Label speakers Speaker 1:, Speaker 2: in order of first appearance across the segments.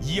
Speaker 1: 以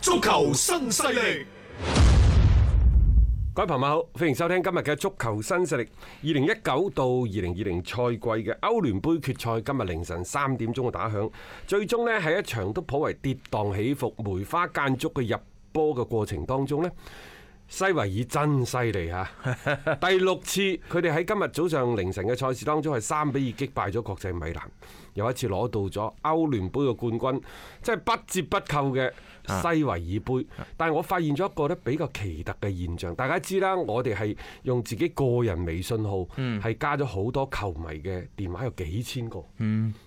Speaker 1: 足球新勢力，
Speaker 2: 各位朋友好，歡迎收聽今日嘅足球新勢力。二零一九到二零二零賽季嘅歐聯杯決賽，今日凌晨三點鐘嘅打響，最終呢係一場都頗為跌宕起伏、梅花間竹嘅入波嘅過程當中呢。西維爾真犀利嚇！第六次佢哋喺今日早上凌晨嘅賽事當中係三比二擊敗咗國際米蘭，又一次攞到咗歐聯杯嘅冠軍，即係不折不扣嘅西維爾杯。但係我發現咗一個咧比較奇特嘅現象，大家知啦，我哋係用自己個人微信號係加咗好多球迷嘅電話，有幾千個，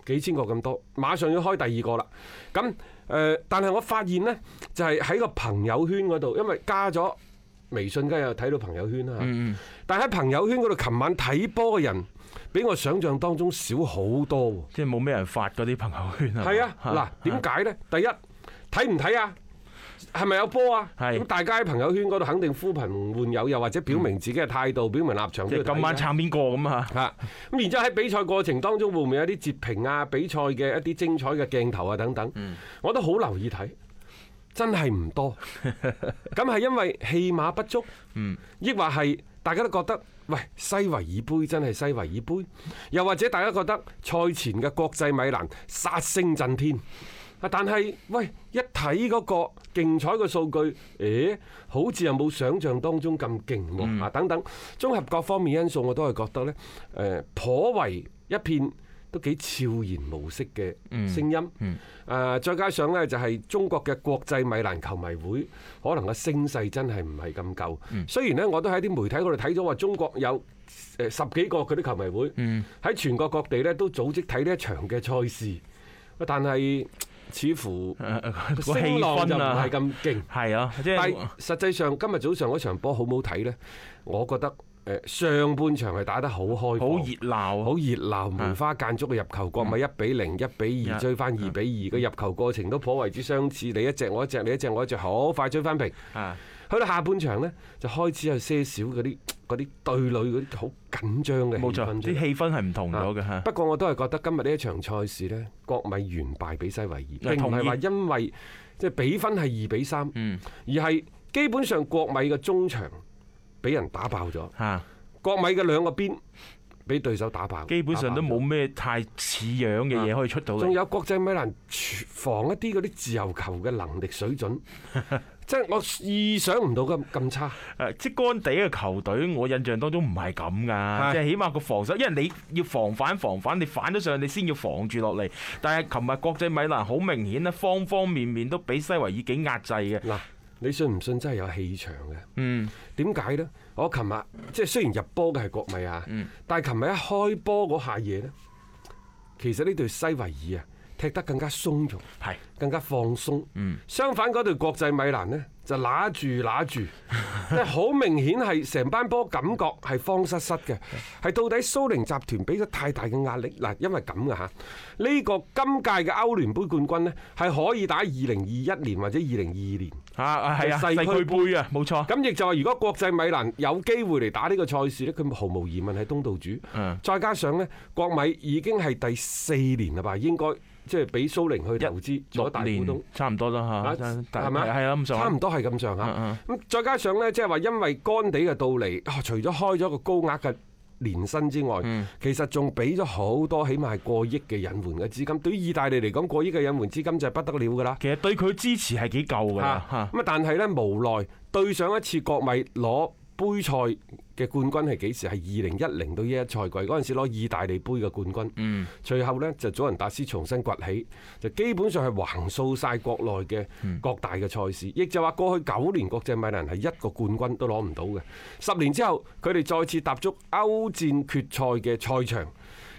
Speaker 2: 幾千個咁多，馬上要開第二個啦。咁誒，但係我發現呢，就係喺個朋友圈嗰度，因為加咗。微信梗係有睇到朋友圈啦，
Speaker 3: 嗯
Speaker 2: 但係喺朋友圈嗰度，琴晚睇波嘅人比我想象當中少好多喎。
Speaker 3: 即係冇咩人發嗰啲朋友圈啊。
Speaker 2: 係啊，嗱，點解呢？第一睇唔睇啊？係咪有波啊？
Speaker 3: 係
Speaker 2: 咁大家喺朋友圈嗰度肯定呼朋喚友，又或者表明自己嘅態度，表明立場
Speaker 3: 嗯即
Speaker 2: 都
Speaker 3: 係
Speaker 2: 要睇㗎。
Speaker 3: 今 晚撐邊個咁啊？
Speaker 2: 嚇！咁然之後喺比賽過程當中，會唔會有啲截屏啊、比賽嘅一啲精彩嘅鏡頭啊等等？
Speaker 3: 嗯
Speaker 2: 我都好留意睇，真係唔多。咁係因為戲碼不足，抑或係大家都覺得喂西維爾杯真係西維爾杯，又或者大家覺得賽前嘅國際米蘭殺聲震天。啊！但係喂，一睇嗰個競彩嘅數據，誒，好似又冇想象當中咁勁喎。啊，等等，綜合各方面因素，我都係覺得呢，誒、頗為一片都幾悄然無息嘅
Speaker 3: 嗯
Speaker 2: 聲音。誒、啊再加上呢，就係中國嘅國際米蘭球迷會，可能個聲勢真係唔係咁夠。
Speaker 3: 嗯
Speaker 2: 雖然呢，我都喺啲媒體嗰度睇咗話，中國有。誒十幾個佢啲球迷會
Speaker 3: 嗯
Speaker 2: 喺全國各地咧都組織睇呢一場嘅賽事，但係似乎
Speaker 3: 個氣
Speaker 2: 聲浪就唔
Speaker 3: 氛啊
Speaker 2: 係，咁 勁。
Speaker 3: 係啊，即
Speaker 2: 但係
Speaker 3: 係
Speaker 2: 實際上今日早上嗰場波好唔好睇呢？我覺得誒上半場係打得好
Speaker 3: 好
Speaker 2: 開放，
Speaker 3: 熱啊鬧，
Speaker 2: 好熱鬧，
Speaker 3: 啊
Speaker 2: 梅花間竹嘅入球，國米一比零、一比二
Speaker 3: 嗯
Speaker 2: 追翻二比二，個入球過程都頗為之相似，你一隻我一隻，你一隻我一隻，好快追翻平。
Speaker 3: 啊
Speaker 2: 去到下半場呢，就開始有些少嗰啲嗰啲對壘嗰啲好緊張嘅
Speaker 3: 冇
Speaker 2: 氣
Speaker 3: 錯，
Speaker 2: 氛出嚟
Speaker 3: 啲氣氛係唔同咗嘅
Speaker 2: 啊
Speaker 3: 嚇。
Speaker 2: 不過我都係覺得今日呢一場賽事呢，國米完敗俾西維爾，
Speaker 3: 啊
Speaker 2: 並唔
Speaker 3: 同
Speaker 2: 係
Speaker 3: 意
Speaker 2: 話因為即係比分係二比三，
Speaker 3: 嗯
Speaker 2: 而係基本上國米嘅中場俾人打爆咗，
Speaker 3: 嚇，
Speaker 2: 國米嘅兩個邊俾對手打爆，
Speaker 3: 基本上都
Speaker 2: 打爆咗
Speaker 3: 冇咩太似樣嘅嘢可以出到
Speaker 2: 仲
Speaker 3: 嚟。
Speaker 2: 有國際米蘭防一啲嗰啲自由球嘅能力水準，即係我意想唔到咁咁差。
Speaker 3: 誒，即係乾地嘅球隊，我印象當中唔係咁噶，即係起碼個防守，因為你要防反防反，你反咗上，你先要防住落嚟。但係琴日國際米蘭好明顯咧，方方面面都俾西維爾幾壓制嘅。
Speaker 2: 嗱，你信唔信真係有氣場嘅？
Speaker 3: 嗯，
Speaker 2: 點解呢？我琴日即係雖然入波嘅係國米啊，但係琴日一開波嗰下嘢呢，其實呢隊西維爾啊踢得更加鬆容，
Speaker 3: 係
Speaker 2: 更加放鬆。
Speaker 3: 嗯
Speaker 2: 相反嗰隊國際米蘭呢，就揦住 揦住，即係好明顯係成班波感覺係慌失失嘅，係到底蘇寧集團俾咗太大嘅壓力嗱，因為咁嘅嚇，呢個今屆嘅歐聯杯冠軍呢，係可以打二零二一年或者二零二二年。
Speaker 3: 啊啊係啊，
Speaker 2: 世
Speaker 3: 世俱
Speaker 2: 俱
Speaker 3: 杯啊，冇錯。
Speaker 2: 咁亦就係如果國際米蘭有機會嚟打呢個賽事呢，佢毫無疑問係東道主。
Speaker 3: 嗯
Speaker 2: 再加上呢，國米已經係第四年啦吧，應該即係俾蘇寧去投資做咗大股東。
Speaker 3: 差唔多啦
Speaker 2: 啊
Speaker 3: 嚇，
Speaker 2: 係
Speaker 3: 係
Speaker 2: 咪啊
Speaker 3: 係啊，咁上下
Speaker 2: 差唔多係咁上下
Speaker 3: 嗯，
Speaker 2: 咁再加上呢，即係話因為干地嘅到嚟，啊除咗開咗個高額嘅年薪之外，
Speaker 3: 嗯
Speaker 2: 其實仲俾咗好多，起碼係過億嘅引援嘅資金。對於意大利嚟講，過億嘅引援資金就係不得了㗎啦。
Speaker 3: 其實對佢支持係幾夠㗎啦嚇
Speaker 2: 嚇咁啊，但係呢，無奈對上一次國米攞杯賽嘅冠軍係幾時？係二零一零到一一賽季嗰陣時攞意大利杯嘅冠軍。嗯，隨後呢，就祖雲達斯重新崛起，就基本上係橫掃晒國內嘅各大嘅賽事，亦就話過去九年國際米蘭係一個冠軍都攞唔到嘅。十年之後，佢哋再次踏足歐戰決賽嘅賽場。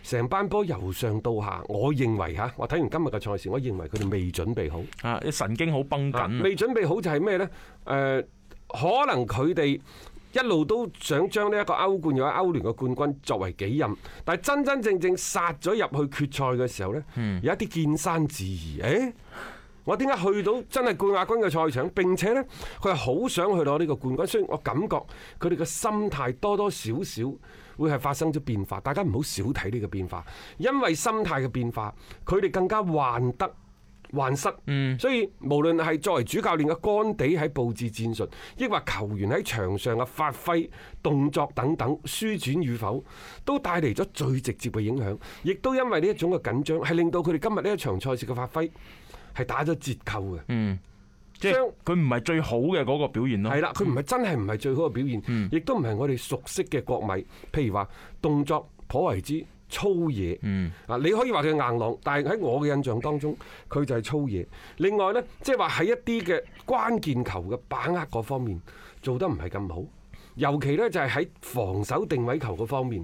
Speaker 2: 成班波由上到下，我認為嚇，我睇完今日嘅賽事，我認為佢哋未準備好。
Speaker 3: 啊！神經好崩
Speaker 2: 啊
Speaker 3: 緊，
Speaker 2: 未準備好就係咩呢？誒、可能佢哋一路都想將呢一個歐冠或者歐聯嘅冠軍作為己任，但係真真正正殺咗入去決賽嘅時候呢，有一啲見山自疑，誒、我點解去到真係冠亞軍嘅賽場？並且呢，佢係好想去攞呢個冠軍。雖然我感覺佢哋嘅心態多多少少會係發生咗變化，大家唔好少睇呢個變化，因為心態嘅變化，佢哋更加患得。患失，所以無論係作為主教練嘅干地喺佈置戰術，抑或球員喺場上嘅發揮、動作等等，舒展與否，都帶嚟咗最直接嘅影響。亦都因為呢一種嘅緊張，係令到佢哋今日呢一場賽事嘅發揮係打咗折扣嘅。
Speaker 3: 即係佢唔係最好嘅嗰個表現咯
Speaker 2: 係。啦，佢唔係真係唔係最好嘅表現，亦都唔係我哋熟悉嘅國米。譬如話動作頗為之粗野，啊，你可以話佢硬朗，但係喺我嘅印象當中，佢就係粗野。另外呢，即係話喺一啲嘅關鍵球嘅把握嗰方面做得唔係咁好，尤其呢，就係喺防守定位球嗰方面，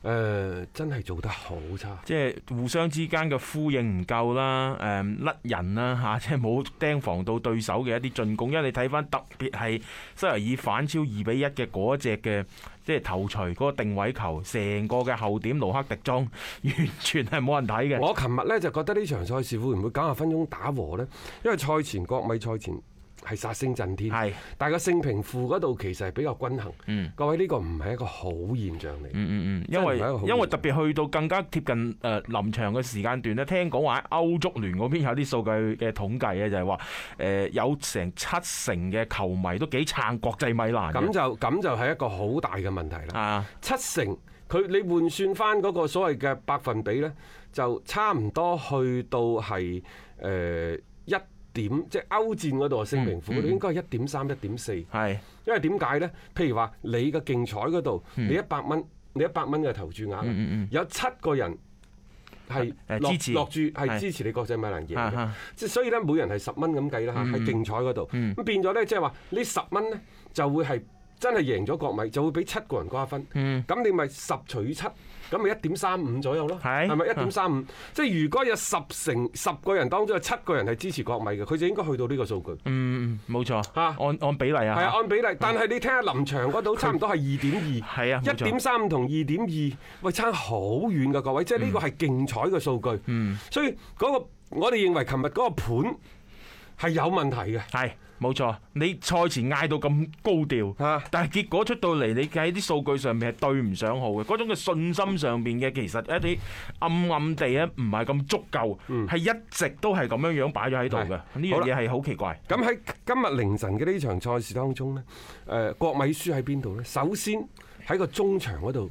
Speaker 2: 誒、真係做得好差。
Speaker 3: 即係互相之間嘅呼應唔夠啦，誒、甩人啦嚇，即係冇盯防到對手嘅一啲進攻，因為你睇翻特別係西維爾反超二比一嘅嗰一隻嘅即係頭槌嗰個定位球，成個嘅後點盧克迪莊 完全係冇人睇嘅。
Speaker 2: 我琴日呢，就覺得呢場賽事會唔會九十分鐘打和呢？因為賽前國米賽前係殺聲震天。
Speaker 3: 係
Speaker 2: 但係個勝平負嗰度其實係比較均衡。
Speaker 3: 嗯
Speaker 2: 各位呢個唔係一個好現象嚟。
Speaker 3: 嗯嗯嗯，因為
Speaker 2: 真係唔係一個好
Speaker 3: 因為特別去到更加貼近呃誒臨場嘅時間段咧，聽講話喺歐足聯嗰邊有啲數據嘅統計咧，就係話誒有成七成嘅球迷都幾撐國際米蘭
Speaker 2: 咁
Speaker 3: 嘅
Speaker 2: 就咁就係一個好大嘅問題啦。
Speaker 3: 啊。
Speaker 2: 七成佢你換算翻嗰個所謂嘅百分比呢，就差唔多去到係誒一點，即係歐戰嗰度勝平
Speaker 3: 嗯
Speaker 2: 負嗰度應該係一點三、一點四。
Speaker 3: 係
Speaker 2: 因為點解呢？譬如話你嘅競彩嗰度，
Speaker 3: 嗯
Speaker 2: 你一百蚊，你一百蚊嘅投注額，啊有七個人係
Speaker 3: 誒
Speaker 2: 落
Speaker 3: 支持
Speaker 2: 落注係
Speaker 3: 係
Speaker 2: 支持你國際米蘭贏
Speaker 3: 啊嗯
Speaker 2: 嘅
Speaker 3: 哈，
Speaker 2: 即係所以呢，每人係十蚊咁計啦嚇，喺競彩嗰度，咁變咗呢，即係話呢十蚊呢，就會係真係贏咗國米，就會俾七個人瓜分，
Speaker 3: 嗯
Speaker 2: 咁你咪十除以七，咁咪一點三五左右咯，
Speaker 3: 係啊
Speaker 2: 係咪一點三五？即係如果有十成十個人當中有七個人係支持國米嘅，佢就應該去到呢個數據。
Speaker 3: 嗯，冇錯，
Speaker 2: 嚇
Speaker 3: 按按比例
Speaker 2: 係啊，
Speaker 3: 啊，
Speaker 2: 按比例，但係你睇下臨場嗰度差唔多係二點二，
Speaker 3: 係啊冇
Speaker 2: 一
Speaker 3: 錯
Speaker 2: 點三同二點二，喂差好遠㗎各位，即
Speaker 3: 嗯
Speaker 2: 係呢個係競彩嘅數據，所以嗰、個我哋認為琴日嗰個盤係有問題嘅。
Speaker 3: 係冇錯。你賽前嗌到咁高調，
Speaker 2: 嚇
Speaker 3: 但係結果出到嚟，你喺啲數據上面係對唔上號嘅，嗰種嘅信心上面嘅，其實一啲暗暗地咧啊唔係咁足夠，係一直都嗯係咁樣樣擺咗喺度嘅。
Speaker 2: 係
Speaker 3: 呢
Speaker 2: 好
Speaker 3: 樣
Speaker 2: 啦
Speaker 3: 嘢係好奇怪。
Speaker 2: 咁喺今日凌晨嘅呢場賽事當中呢，誒、國米輸喺邊度呢？首先喺個中場嗰度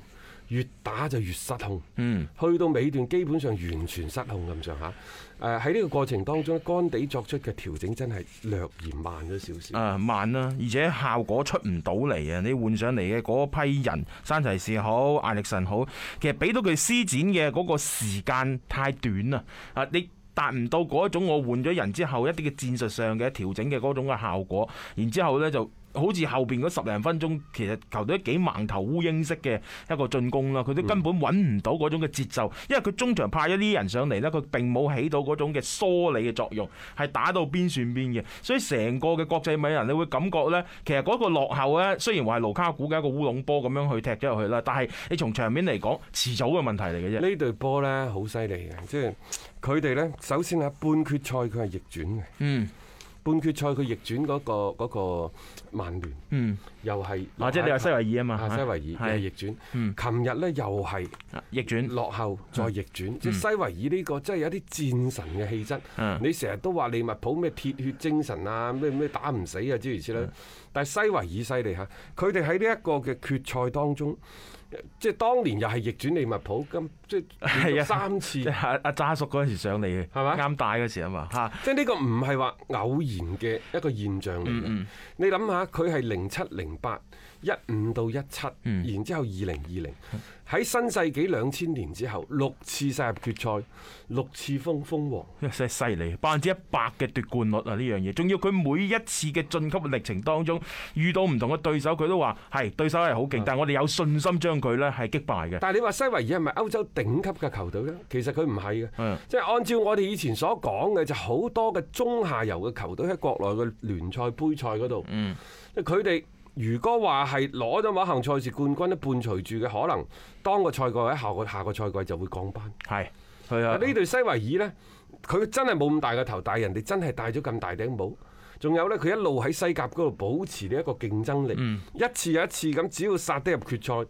Speaker 2: 越打就越失控，
Speaker 3: 嗯，
Speaker 2: 去到尾段基本上完全失控咁上下。誒喺呢個過程當中，干地作出嘅調整真係略嫌慢咗少少。
Speaker 3: 啊慢啦，而且效果出唔到嚟啊！你換上嚟嘅嗰批人，山齊士好，艾力神好，其實俾到佢施展嘅嗰個時間太短啦。啊，你達唔到嗰一種我換咗人之後一啲嘅戰術上嘅調整嘅嗰種嘅效果，然之後呢就。好似後邊嗰十零分鐘，其實球隊幾盲頭烏蠅式嘅一個進攻啦，佢都
Speaker 2: 嗯
Speaker 3: 根本揾唔到嗰種嘅節奏，因為佢中場派咗啲人上嚟呢，佢並冇起到嗰種嘅梳理嘅作用，係打到邊算邊嘅，所以成個嘅國際米蘭，你會感覺呢，其實嗰個落後呢，雖然話係盧卡古嘅一個烏龍波咁樣去踢咗入去啦，但係你從場面嚟講，遲早嘅問題嚟嘅啫。
Speaker 2: 呢隊波呢，好犀利嘅，即係佢哋呢，首先喺半決賽佢係逆轉嘅，
Speaker 3: 嗯
Speaker 2: 半決賽佢逆轉嗰、個嗰、個曼聯
Speaker 3: 嗯，
Speaker 2: 又係
Speaker 3: 或者你話西維爾啊嘛，
Speaker 2: 啊西維爾又係逆轉，琴
Speaker 3: 嗯
Speaker 2: 日呢又係
Speaker 3: 逆轉，嗯
Speaker 2: 落後再逆轉，即係西維爾呢個真係有啲戰神嘅氣質。
Speaker 3: 嗯
Speaker 2: 你成日都話利物浦咩鐵血精神啊，咩咩打唔
Speaker 3: 嗯
Speaker 2: 死啊諸如此類，但係西維爾犀利嚇，佢哋喺呢一個嘅決賽當中，誒、即係當年又係逆轉利物浦，咁即係
Speaker 3: 係
Speaker 2: 連
Speaker 3: 啊
Speaker 2: 續三次
Speaker 3: 即。係阿阿渣叔嗰陣時上嚟嘅，
Speaker 2: 係咪
Speaker 3: 啱帶嗰時啊嘛嚇。
Speaker 2: 即係呢個唔係話偶然嘅一個現象嚟嘅。你諗下，佢係零七零八一五到一七，然之後二零二零，喺新世紀兩千年之後，六次殺入決賽，六次封封王。
Speaker 3: 真係犀利，百分之一百嘅奪冠率啊！呢樣嘢，仲要佢每一次嘅晉級歷程當中，遇到唔同嘅對手，佢都話係對手係好勁，但係我哋有信心將佢呢係擊敗嘅。
Speaker 2: 但係你話西維爾係咪歐洲頂級嘅球隊呢？其實佢唔係嘅
Speaker 3: 嗯，
Speaker 2: 即係按照我哋以前所講嘅，就好多嘅中下游嘅球隊喺國內嘅聯賽、杯賽嗰度，佢哋如果話係攞咗某一項賽事冠軍咧，伴隨住嘅可能當個賽季喺下個下個賽季就會降班。
Speaker 3: 係係啊，
Speaker 2: 呢隊西維爾呢，佢真係冇咁大嘅頭，但係人哋真係戴咗咁大頂帽。仲有呢，佢一路喺西甲嗰度保持呢一個競爭力，
Speaker 3: 嗯
Speaker 2: 一次又一次咁，只要殺得入決賽。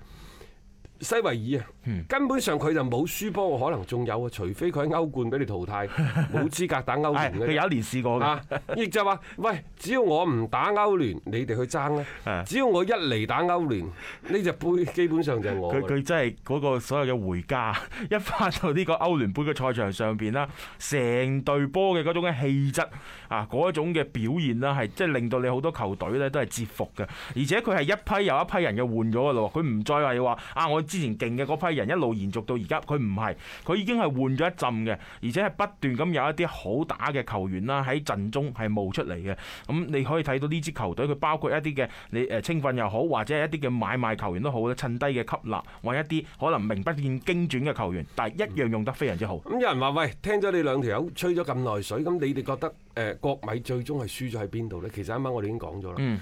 Speaker 2: 西維爾啊，
Speaker 3: 嗯
Speaker 2: 根本上佢就冇輸波嘅可能，仲有啊，除非佢喺歐冠俾你淘汰，冇資格打 歐
Speaker 3: 係
Speaker 2: 聯嘅
Speaker 3: 哎佢
Speaker 2: 啫。
Speaker 3: 有一年試過嘅
Speaker 2: 啊，亦就話喂，只要我唔打歐聯，你哋去爭啦。
Speaker 3: 啊
Speaker 2: 只要我一嚟打歐聯，呢只杯基本上就係我㗎
Speaker 3: 佢
Speaker 2: 啦。
Speaker 3: 佢真係嗰個所有嘅回家， 一翻到呢個歐聯杯嘅賽場上邊啦，成隊波嘅嗰種嘅氣質啊，嗰一種嘅表現啦，係即係令到你好多球隊咧都係折服嘅。而且佢係一批又一批人嘅換咗嘅咯，佢唔再係話啊我之前勁嘅嗰批人一路延續到而家，佢唔係，佢已經係換咗一陣嘅，而且係不斷咁有一啲好打嘅球員啦喺陣中係冒出嚟嘅。咁你可以睇到呢支球隊，佢包括一啲嘅你誒青訓又好，或者係一啲嘅買賣球員都好咧，趁低嘅吸納，或者一啲可能名不見經傳嘅球員，但係一樣用得非常之好。
Speaker 2: 咁有人話：喂，聽咗你兩條友吹咗咁耐水，咁你哋覺得誒、呃、國米最終係輸咗喺邊度呢？其實啱啱我哋已經講咗啦。
Speaker 3: 嗯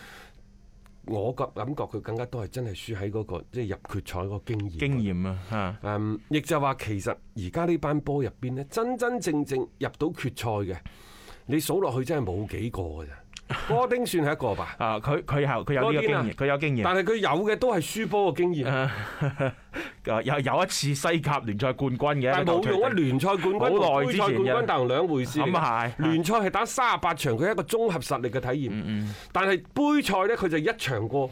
Speaker 2: 我覺感覺佢更加多係真係輸喺嗰、個即係入決賽嗰個經驗。
Speaker 3: 經驗啊，嚇
Speaker 2: 誒，亦就話其實而家呢班波入邊呢，真真正正入到決賽嘅，你數落去真係冇幾個㗎咋。 哥丁算係一個吧，
Speaker 3: 啊！佢佢有佢有呢個經
Speaker 2: 嗰邊
Speaker 3: 驗，
Speaker 2: 啊
Speaker 3: 佢有經驗。
Speaker 2: 但係佢有嘅都係輸波嘅經驗，
Speaker 3: 啊有有一次西甲聯賽冠軍嘅，
Speaker 2: 但係冇用啊！聯賽冠軍
Speaker 3: 好
Speaker 2: 同
Speaker 3: 耐
Speaker 2: 杯
Speaker 3: 之
Speaker 2: 賽
Speaker 3: 前
Speaker 2: 冠軍
Speaker 3: 嘅
Speaker 2: 但係兩回事嚟㗎。
Speaker 3: 咁啊係嗯
Speaker 2: 聯賽係打三十八場，佢係一個綜合實力嘅體驗。但係杯賽呢，佢就一場過。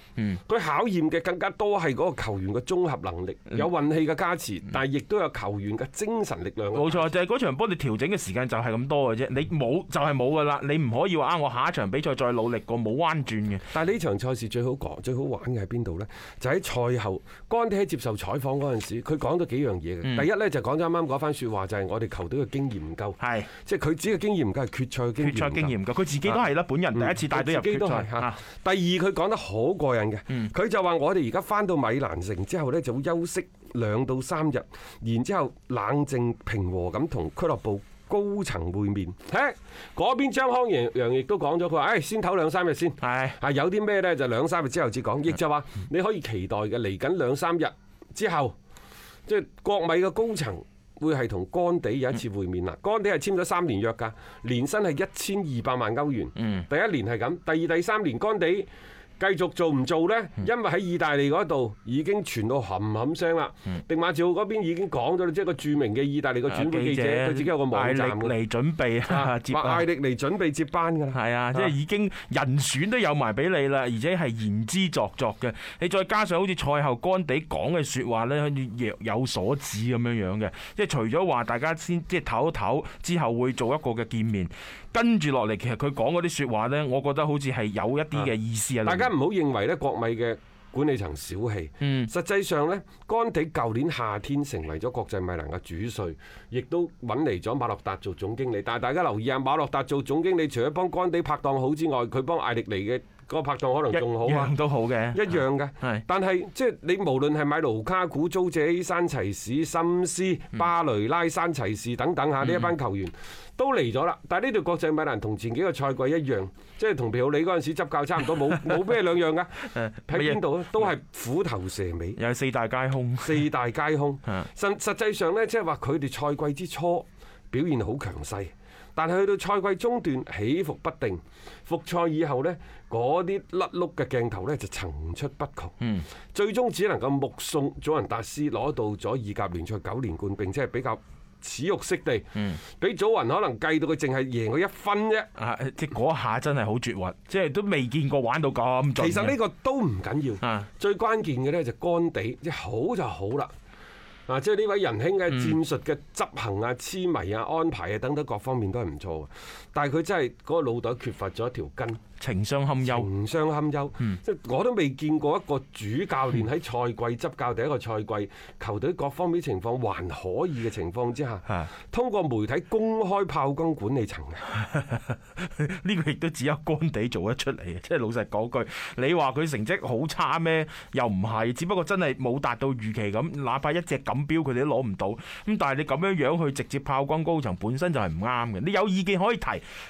Speaker 2: 佢、考驗嘅更加多係嗰個球員嘅綜合能力，
Speaker 3: 嗯
Speaker 2: 有運氣嘅加持，但係亦都有球員嘅精神力量嘅。
Speaker 3: 冇錯，就係嗰場波你調整嘅時間就係咁多嘅啫，你冇就係冇噶啦，你唔可以話啊我下一場比賽再努力過，冇彎轉嘅。
Speaker 2: 但係呢場賽事最好講、最好玩嘅喺邊度呢？就喺賽後，干爹接受採訪嗰陣時，佢講咗幾樣嘢嘅。
Speaker 3: 嗯
Speaker 2: 第一呢，就講咗啱啱嗰番説話，就係、我哋球隊嘅經驗唔夠，
Speaker 3: 係
Speaker 2: 即係佢指嘅經驗唔夠係決賽嘅經驗唔夠。啊
Speaker 3: 決賽經驗㗎，佢自己都係啦，本人第一次帶隊入
Speaker 2: 嗯自己都
Speaker 3: 決賽啊
Speaker 2: 係嚇啊嗯
Speaker 3: 嚇。
Speaker 2: 第二佢講得好過癮嘅，佢、就話我哋而家翻到米蘭城之後呢，就會休息兩到三日，然之後冷靜平和咁同俱樂部。高層會面，嘿，嗰邊張康陽陽亦都講咗，佢話：，誒、先唞兩三日先，
Speaker 3: 係
Speaker 2: 啊，有啲咩呢？就兩三日之後至講，亦就話你可以期待嘅，嚟緊兩三日之後，即係國米嘅高層會係同干地有一次會
Speaker 3: 嗯
Speaker 2: 面啦。干地係簽咗三年約㗎，年薪係一千二百萬歐元。
Speaker 3: 嗯
Speaker 2: 第一年係咁，第二、第三年干地。繼續做唔做呢？
Speaker 3: 嗯
Speaker 2: 因為喺意大利嗰度已經傳到冚冚聲啦。
Speaker 3: 嗯
Speaker 2: 迪馬照嗰邊已經講咗啦，即係個著名嘅意大利個轉
Speaker 3: 啊
Speaker 2: 會記者，佢自己有個網站
Speaker 3: 艾
Speaker 2: 㗎
Speaker 3: 力嚟準備
Speaker 2: 啊
Speaker 3: 啊 接
Speaker 2: 話
Speaker 3: 啊
Speaker 2: 艾。力嚟準備接班㗎啦。
Speaker 3: 係啊，即係已經人選都有埋俾你啦，而且係言之鑿鑿嘅。你再加上好似賽後干地講嘅説話呢，好似若有所指咁樣樣嘅。即係除咗話大家先即係唞一唞，之後會做一個嘅見面，跟住落嚟其實佢講嗰啲説話呢，我覺得好似係有一啲嘅意思啊。
Speaker 2: 大家唔好認為咧國米嘅管理層小氣，
Speaker 3: 嗯
Speaker 2: 實際上呢，干地舊年夏天成為咗國際米蘭嘅主帥，亦都揾嚟咗馬洛達做總經理。但係大家留意啊，馬洛達做總經理，除咗幫干地拍檔好之外，佢幫艾力尼嘅嗰個拍檔可
Speaker 3: 一
Speaker 2: 能仲好啊
Speaker 3: 樣。都好嘅
Speaker 2: 一，樣嘅，
Speaker 3: 係
Speaker 2: 但係即係你無論係買盧卡古、租借山齊士、森斯、巴雷拉、山齊士等等嚇呢一班球員都嚟咗啦。但係呢隊國際米蘭同前幾個賽季一樣，即係同皮奧利嗰陣時執教差唔多，冇冇咩兩樣㗎。喺邊度咧？都係虎頭蛇尾，
Speaker 3: 又係四大皆空。
Speaker 2: 四大皆空。
Speaker 3: 嗯
Speaker 2: 實實際上呢，即係話佢哋賽季之初表現好強勢，但係去到賽季中段起伏不定，復賽以後呢，嗰啲甩碌嘅鏡頭呢就層出不窮。
Speaker 3: 嗯
Speaker 2: 最終只能夠目送祖雲達斯攞到咗意甲聯賽九連冠，並且係比較恥辱式地，俾祖雲可能計到佢淨係贏佢一分啫。
Speaker 3: 啊！即係嗰一下真係好絕核，即係都未見過玩到咁盡嘅。
Speaker 2: 其實呢個都唔緊要，
Speaker 3: 啊
Speaker 2: 最關鍵嘅呢就乾地，即係好就好啦。啊，即係呢位仁兄嘅
Speaker 3: 嗯
Speaker 2: 戰術嘅執行啊、痴迷啊、安排啊等等各方面都係唔錯嘅，但係佢真係嗰個腦袋缺乏咗一條筋，
Speaker 3: 情商堪憂，
Speaker 2: 情商堪憂。
Speaker 3: 嗯
Speaker 2: 即係我都未見過一個主教練喺賽季執教第一個賽季，球隊各方面情況還可以嘅情況之下
Speaker 3: 啊，
Speaker 2: 通過媒體公開炮轟管理層嘅。
Speaker 3: 呢個亦都只有乾地做得出嚟嘅。即係老實講句，你話佢成績好差咩？又唔係，只不過真係冇達到預期咁，哪怕一隻錦標佢哋都攞唔到。咁但係你咁樣樣去直接炮轟高層，本身就係唔啱嘅。你有意見可以提，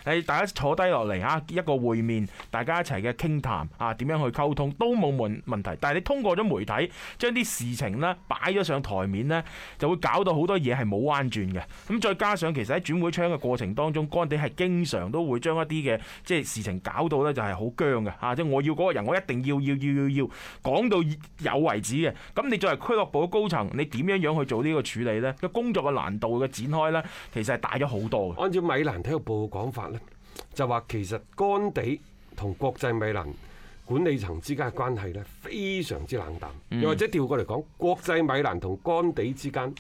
Speaker 3: 誒大家坐低落嚟嚇一個會面，大家一齊嘅傾談啊，點樣去溝通都冇問問題。但係你通過咗媒體將啲事情呢擺咗上台面呢，就會搞到好多嘢係冇彎轉嘅。咁再加上其實喺轉會窗嘅過程當中，乾地係經常都會將一啲嘅即係事情搞到呢就係好僵嘅啊嚇，即係我要嗰個人，我一定要要要要要講到有為止嘅。咁你作為俱樂部嘅高層，你點樣樣去做呢個處理呢？個工作嘅難度嘅展開呢，其實係大咗好多嘅。
Speaker 2: 按照米蘭體育報嘅講法呢就話其實干地同國際米蘭管理層之間嘅關係呢，非常之冷淡，又或者調過嚟講，國際米蘭同干地之間。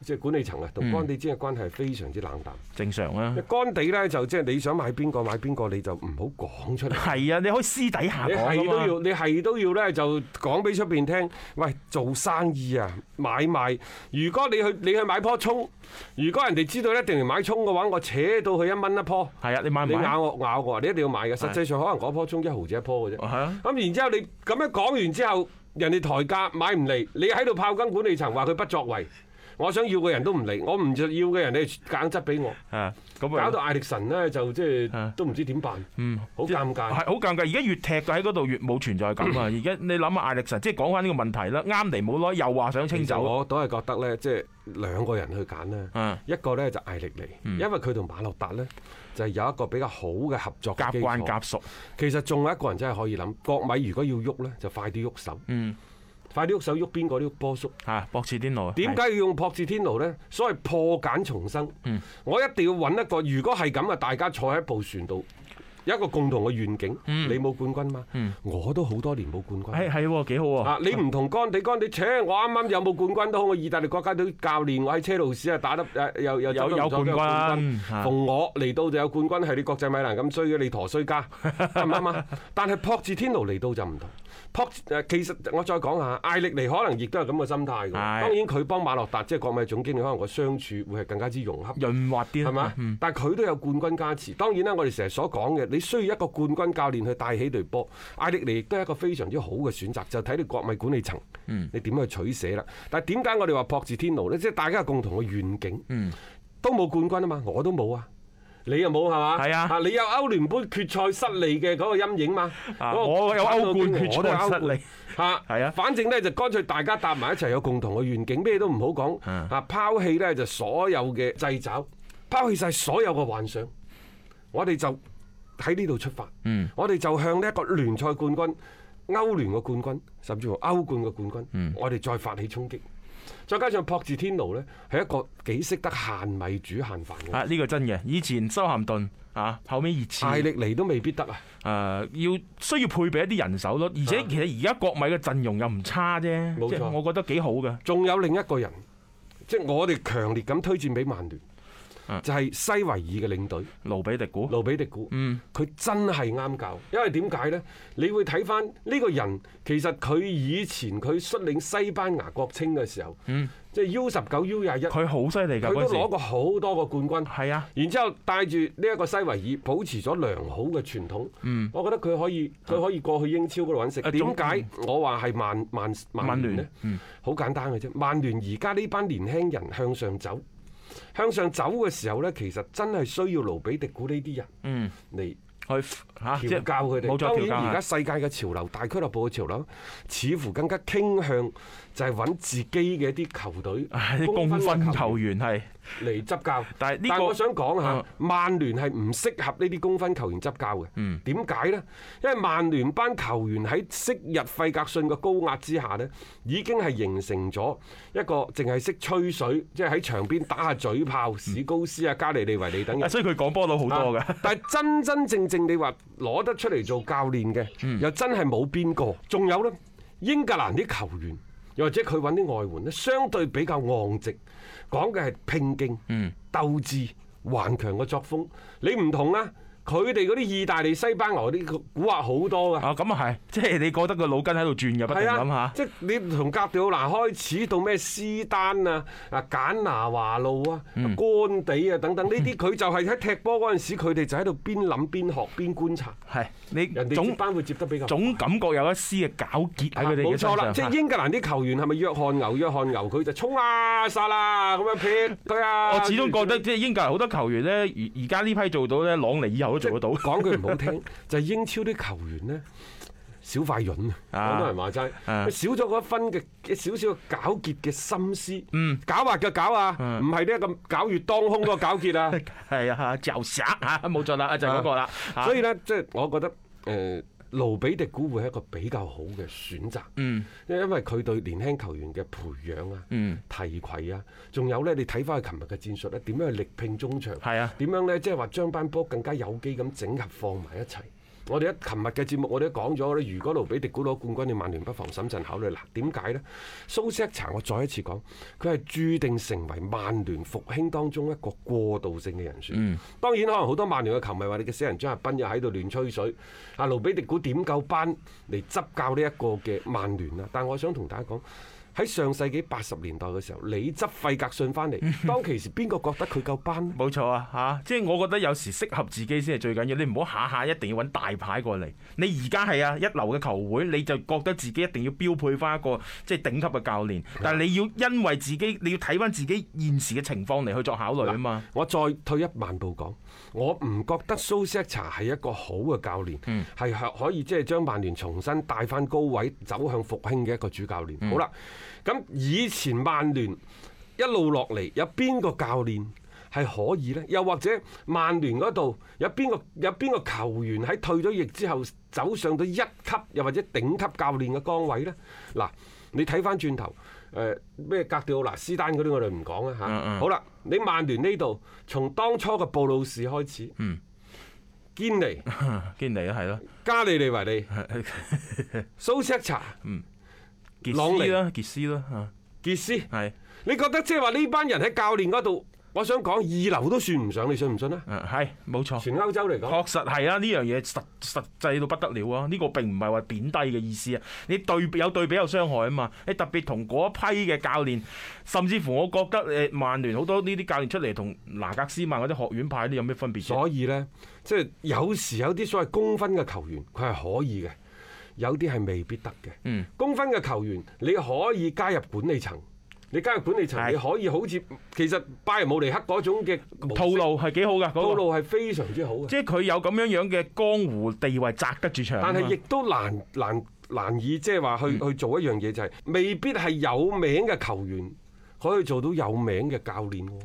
Speaker 2: 即係管理層啊，同干地之間嘅關係係非常之冷淡。
Speaker 3: 正常啊啦、
Speaker 2: 干地呢，就即係你想買邊個買邊個，你就唔好講出嚟。
Speaker 3: 係啊，你可以私底下
Speaker 2: 你
Speaker 3: 講㗎
Speaker 2: 係都
Speaker 3: 嘛
Speaker 2: 要，你係都要咧，就講俾出邊聽。喂，做生意啊，買賣。如果你去你去買棵葱，如果人哋知道一定要買葱嘅話，我扯到佢一蚊一棵。
Speaker 3: 係啊，你買唔
Speaker 2: 你
Speaker 3: 買？
Speaker 2: 咬我咬我，啊你一定要買嘅。實際上可能嗰棵葱一毫子一棵嘅啫。
Speaker 3: 係啊
Speaker 2: 咁然之後你咁樣講完之後，人哋抬價買唔嚟，你喺度炮轟管理層話佢不作為。我想要嘅人都唔嚟，我唔要嘅人你硬質俾我，
Speaker 3: 啊，咁啊
Speaker 2: 搞到艾力神呢，就即
Speaker 3: 啊
Speaker 2: 係都唔知點辦，好尷
Speaker 3: 嗯係
Speaker 2: 尬。
Speaker 3: 好尷尬，而家越踢喺嗰度越冇存在感 啊！而家你諗下艾力神，即係講翻呢個問題啦，啱嚟冇耐又話想清
Speaker 2: 其實
Speaker 3: 走，
Speaker 2: 我都係覺得呢，即係兩個人去揀
Speaker 3: 嗯
Speaker 2: 呢，一個呢就艾力尼，因為佢同馬洛達呢，就係有一個比較好嘅合作嘅
Speaker 3: 夾
Speaker 2: 基
Speaker 3: 慣
Speaker 2: 礎
Speaker 3: 夾熟，
Speaker 2: 其實仲有一個人真係可以諗，國米如果要喐呢，就快啲喐手，
Speaker 3: 嗯
Speaker 2: 快啲喐手喐邊個都喐波叔。
Speaker 3: 嚇啊博士天奴
Speaker 2: 點解要用朴智天奴呢？所謂破繭重生，我一定要揾一個。如果係咁啊，大家坐喺部船度，有一個共同嘅願景。你冇冠軍嘛？我都好多年冇冠軍。
Speaker 3: 係係喎幾好
Speaker 2: 啊
Speaker 3: 喎！！
Speaker 2: 你唔同干地，干地，扯我啱啱有冇冠軍都好，我意大利國家隊教練，我喺車路士啊打得誒又又
Speaker 3: 有有冠軍啊
Speaker 2: 逢我嚟到就有冠軍，係你國際米蘭咁衰嘅，你陀衰家 啱唔啱啊？但係朴智天奴嚟到就唔同。朴智誒其實我再講下，艾力尼可能亦都係咁嘅心態㗎。
Speaker 3: 係
Speaker 2: 當然佢幫馬洛達即係國米總經理，可能個相處會係更加之融洽。
Speaker 3: 潤滑啲
Speaker 2: 係
Speaker 3: 啦
Speaker 2: 嘛，？但係佢都有冠軍加持。當然啦，我哋成日所講嘅，你需要一個冠軍教練去帶起隊波。艾力尼亦都係一個非常之好嘅選擇，就睇你國米管理層，
Speaker 3: 嗯
Speaker 2: 你點去取捨啦。但係點解我哋話博治天奴呢？即係大家有共同嘅願
Speaker 3: 嗯
Speaker 2: 景，都冇冠軍啊嘛，我都冇啊。你又冇係嘛？
Speaker 3: 係啊
Speaker 2: 你有歐聯杯決賽失利嘅嗰個陰影嘛？
Speaker 3: 啊
Speaker 2: 嗰個
Speaker 3: 我有歐冠決賽
Speaker 2: 我都有歐冠
Speaker 3: 失利
Speaker 2: 嚇，
Speaker 3: 係啊
Speaker 2: 反正呢，就乾脆大家搭埋一齊有共同嘅願景，咩都唔好講
Speaker 3: 嗯
Speaker 2: 嚇，拋棄呢，就所有嘅掣肘，拋棄晒所有嘅幻想，我哋就喺呢度出發，
Speaker 3: 嗯
Speaker 2: 我哋就向呢一個聯賽冠軍、歐聯嘅冠軍，甚至乎歐冠嘅冠軍，
Speaker 3: 嗯
Speaker 2: 我哋再發起衝擊。再加上朴智天奴呢，係一個幾識得限米煮限飯嘅人，
Speaker 3: 啊呢個真嘅，以前修咸頓啊，後尾熱刺
Speaker 2: 艾力尼都未必得啊。
Speaker 3: 誒、要需要配備一啲人手咯，而且其實而家國米嘅陣容又唔差啫，
Speaker 2: 啊冇錯
Speaker 3: 即係我覺得幾好嘅。
Speaker 2: 仲有另一個人，即係我哋強烈咁推薦俾曼聯
Speaker 3: 嗯，
Speaker 2: 就係西維爾嘅領隊
Speaker 3: 盧比迪古，
Speaker 2: 盧比迪古。
Speaker 3: 嗯，
Speaker 2: 佢真係啱教，因為點解呢？你會睇翻呢個人，其實佢以前佢率領西班牙國青嘅時候，即係 U 十九、U 廿一，佢
Speaker 3: 嗯佢好犀利㗎
Speaker 2: 都
Speaker 3: 嗰
Speaker 2: 攞
Speaker 3: 陣時，
Speaker 2: 過好多個冠軍。
Speaker 3: 係啊。
Speaker 2: 然之後帶住呢一個西維爾，保持咗良好嘅傳統。
Speaker 3: 嗯
Speaker 2: 我覺得佢可以，佢可以過去英超嗰度揾食。
Speaker 3: 啊
Speaker 2: 點解我話係曼曼曼聯
Speaker 3: 曼
Speaker 2: 呢
Speaker 3: 聯嗯？
Speaker 2: 好簡單嘅啫，曼聯而家呢班年輕人向上走，向上走嘅時候呢，其實真係需要盧比迪古呢啲人
Speaker 3: 嗯，
Speaker 2: 嚟
Speaker 3: 去嚇，啊即
Speaker 2: 調
Speaker 3: 係
Speaker 2: 教佢哋。
Speaker 3: 冇錯，
Speaker 2: 當
Speaker 3: 調教啊
Speaker 2: 然而
Speaker 3: 下
Speaker 2: 家世界嘅潮流，大俱樂部嘅潮流，似乎更加傾向就係揾自己嘅一啲球隊
Speaker 3: 啊唉啲公分
Speaker 2: 嘅
Speaker 3: 球員係
Speaker 2: 嚟執教。
Speaker 3: 但係呢個
Speaker 2: 我想講下
Speaker 3: 啊，
Speaker 2: 曼聯係唔適合呢啲公分球員執教嘅。
Speaker 3: 嗯
Speaker 2: 點解呢？因為曼聯班球員喺昔日費格遜嘅高壓之下呢，已經係形成咗一個淨係識吹水，即係喺場邊打下嘴炮，史高斯啊、加利利維利等人
Speaker 3: 啊，。所以佢講波佬好多
Speaker 2: 啊
Speaker 3: 㗎。
Speaker 2: 但係真真正正你話攞得出嚟做教練嘅，
Speaker 3: 嗯
Speaker 2: 又真係冇邊個。仲有呢，英格蘭啲球員，又或者佢揾啲外援呢，相對比較昂直，講嘅係拼勁、
Speaker 3: 嗯
Speaker 2: 鬥志、頑強嘅作風。你唔同啊，佢哋嗰啲意大利、西班牙嗰啲古惑好多㗎。
Speaker 3: 啊，咁啊係，即係你覺得個腦筋喺度轉嘅，不停
Speaker 2: 係
Speaker 3: 咁
Speaker 2: 啊
Speaker 3: 嚇，。
Speaker 2: 即係你從格調嗱開始到咩斯丹啊、啊簡拿華路啊、干地啊等等呢啲，佢就係喺踢波嗰陣時，佢哋就喺度邊諗邊學邊觀察，
Speaker 3: 係你
Speaker 2: 人哋接
Speaker 3: 總
Speaker 2: 班會接得比較快。
Speaker 3: 總感覺有一絲嘅糾結喺佢哋
Speaker 2: 冇
Speaker 3: 嘅身
Speaker 2: 錯
Speaker 3: 上
Speaker 2: 啦，。即係英格蘭啲球員係咪約翰牛？約翰牛佢就衝啦、殺啦咁樣撇佢啊！
Speaker 3: 我始終覺得即係英格蘭好多球員咧，而而家呢批做到咧，朗尼以後都做得 到。
Speaker 2: 講句唔好聽，就係英超啲球員呢，小快潤啊！
Speaker 3: 啊
Speaker 2: 廣東人話齋，
Speaker 3: 啊
Speaker 2: 佢少咗嗰一分嘅嘅少少嘅狡結嘅心思，
Speaker 3: 嗯
Speaker 2: 狡猾嘅狡啊，唔係呢咁搞月當空嗰個狡結啊！
Speaker 3: 係啊，就殺嚇，冇錯啦，就係嗰個啦。 嚇
Speaker 2: 所以呢，即係我覺得誒。盧比迪古會係一個比較好嘅選擇，
Speaker 3: 嗯
Speaker 2: 因為佢對年輕球員嘅培養啊、
Speaker 3: 嗯
Speaker 2: 提携啊，仲有呢，你睇翻佢琴日嘅戰術咧，點樣去力拼中場，
Speaker 3: 係啊
Speaker 2: 點樣呢？即係話將班波更加有機咁整合放埋一齊。我哋一琴日嘅節目，我哋都講咗咧。如果盧比迪古攞冠軍，你曼聯不妨審慎考慮。嗱，點解呢？蘇斯克查，我再一次講，佢係注定成為曼聯復興當中一個過渡性嘅人選。
Speaker 3: 嗯
Speaker 2: 當然，可能好多曼聯嘅球迷話：你嘅死人張達斌又喺度亂吹水。啊，盧比迪古點夠班嚟執教呢一個嘅曼聯啊？但係我想同大家講。喺上世紀八十年代嘅時候，你執費格遜 翻嚟，當其時邊個覺得佢夠班呢
Speaker 3: 冇錯啊，嚇！即係我覺得有時適合自己先係最緊要，你唔好下下一定要揾大牌過嚟。你而家係啊一流嘅球會，你就覺得自己一定要標配翻一個即係頂級嘅教 練，但係你要因為自己你要睇翻自己現時嘅情況嚟去作考慮啊 嘛。
Speaker 2: 我再退一萬步講，我唔覺得蘇斯克查係一個好嘅教練，係可可以即係將曼聯重新帶翻高位，走向復興嘅一個主教練。好啦，咁以前曼聯一路落嚟，有邊個教練？係可以呢？又或者曼聯嗰度有邊個有邊個球員喺退咗役之後走上咗一級又或者頂級教練嘅崗位呢？嗱，你睇翻轉頭，誒、咩格調嗱、斯丹嗰啲我哋唔講啊啦嚇。好啦，你曼聯呢度從當初嘅布魯士開始，
Speaker 3: 嗯
Speaker 2: 堅尼、
Speaker 3: 堅尼啊，係咯，
Speaker 2: 加利利維利、蘇斯克查、
Speaker 3: 傑
Speaker 2: 朗尼
Speaker 3: 斯啦，傑斯啦，嚇。
Speaker 2: 傑斯，
Speaker 3: 係，
Speaker 2: 你覺得即係話呢班人喺教練嗰度，我想講二流都算唔上，你信唔信啊？
Speaker 3: 誒係冇錯，
Speaker 2: 全歐洲嚟講。
Speaker 3: 確實係啊啦，呢樣嘢實實際到不得了啊！呢個並唔係話貶低嘅意思啊，你對有對比有傷害啊嘛，你特別同嗰一批嘅教練，甚至乎我覺得誒呃曼聯好多呢啲教練出嚟同拿格斯曼嗰啲學院派啲有咩分別啫？
Speaker 2: 所以呢，即係有時有啲所謂公分嘅球員，佢係可以嘅，有啲係未必得嘅。
Speaker 3: 嗯
Speaker 2: 公分嘅球員，你可以加入管理層，你加入管理層，
Speaker 3: 係
Speaker 2: 你可以好似其實拜仁慕尼黑嗰種嘅模式
Speaker 3: 套路係幾好㗎，嗰個
Speaker 2: 套路係非常之好嘅，
Speaker 3: 即係佢有咁樣樣嘅江湖地位擲得住場啊嘛。嗯
Speaker 2: 但係亦都難難難以即係話去去做一樣嘢，就係未必係有名嘅球員可以做到有名嘅教練喎。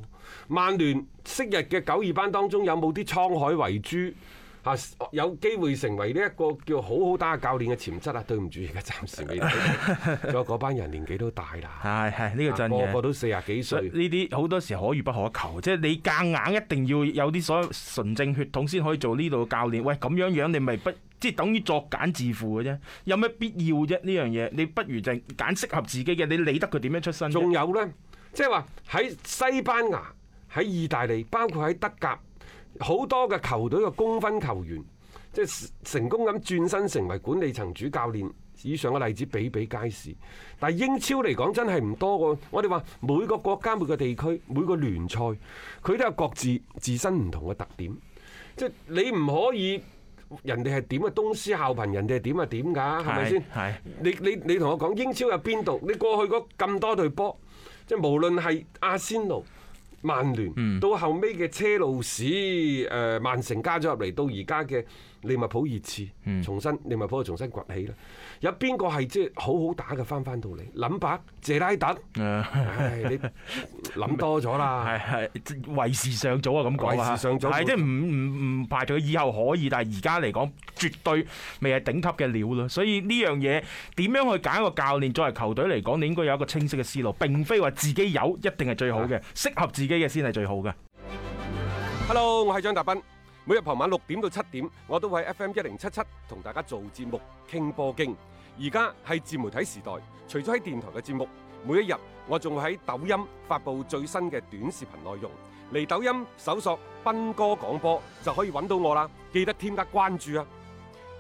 Speaker 2: 曼聯昔日嘅九二班當中有冇啲滄海遺珠？啊，有機會成為呢一個叫好好打嘅教練嘅潛質啊！對唔住，而家暫時未睇 到。仲有嗰班人年紀都大啦，啊
Speaker 3: 係係呢個真嘅
Speaker 2: 個。個都四廿幾
Speaker 3: 所以
Speaker 2: 歲。
Speaker 3: 呢啲好多時可遇不可求，即係你夾硬一定要有啲所謂純正血統先可以做呢度嘅教練。喂，咁樣樣你咪不即係等於作茧自負嘅啫，有咩必要啫？呢樣嘢你不如就係揀適合自己嘅，你理得佢點樣出身啫
Speaker 2: 仲有呢，即係話喺西班牙、喺意大利，包括喺德甲，好多嘅球隊嘅公分球員，即係成功咁轉身成為管理層主教練。以上嘅例子比比皆是，但係英超嚟講真係唔多喎。我哋話每個國家、每個地區、每個聯賽，佢都有各自自身唔同嘅特點。即係你唔可以人哋係點啊，東施效顰，人哋係點啊點㗎，係咪先？
Speaker 3: 係
Speaker 2: 你你你同我講英超有邊度？你過去嗰咁多隊波，即係無論係阿仙奴、曼聯，
Speaker 3: 嗯
Speaker 2: 到後尾嘅車路士、誒、曼城加咗入嚟，到而家嘅利物浦熱刺，
Speaker 3: 嗯
Speaker 2: 重新利物浦就重新崛起啦。有邊個係即係好好打嘅翻翻到嚟？林伯、謝 拉特，
Speaker 3: 啊
Speaker 2: 唉，你諗多咗啦。
Speaker 3: 係係為時尚早啊，咁講啊，
Speaker 2: 為時尚早
Speaker 3: 係即係唔唔唔排除佢以後可以，但係而家嚟講絕對未係頂級嘅料啦。所以呢樣嘢點樣去揀一個教練作為球隊嚟講，你應該有一個清晰嘅思路，並非話自己有一定係最好嘅，適合自己嘅先係最好嘅。
Speaker 2: Hello，我係張達斌。每日傍晚六點到七點，我都會喺 FM 一零七七同大家做節目傾波經。而家係自媒體時代，除咗喺電台嘅節目，每一日我仲會喺抖音發布最新嘅短視頻內容。嚟抖音搜索斌哥廣播就可以揾到我啦，記得添加關注啊！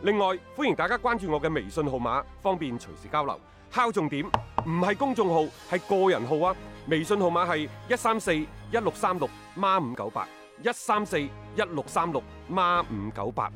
Speaker 2: 另外，歡迎大家關注我嘅微信號碼，方便隨時交流。敲重點，唔係公眾號，係個人號啊！微信號碼係一三四一六三六孖五九八，一三四一六三六孖五九八。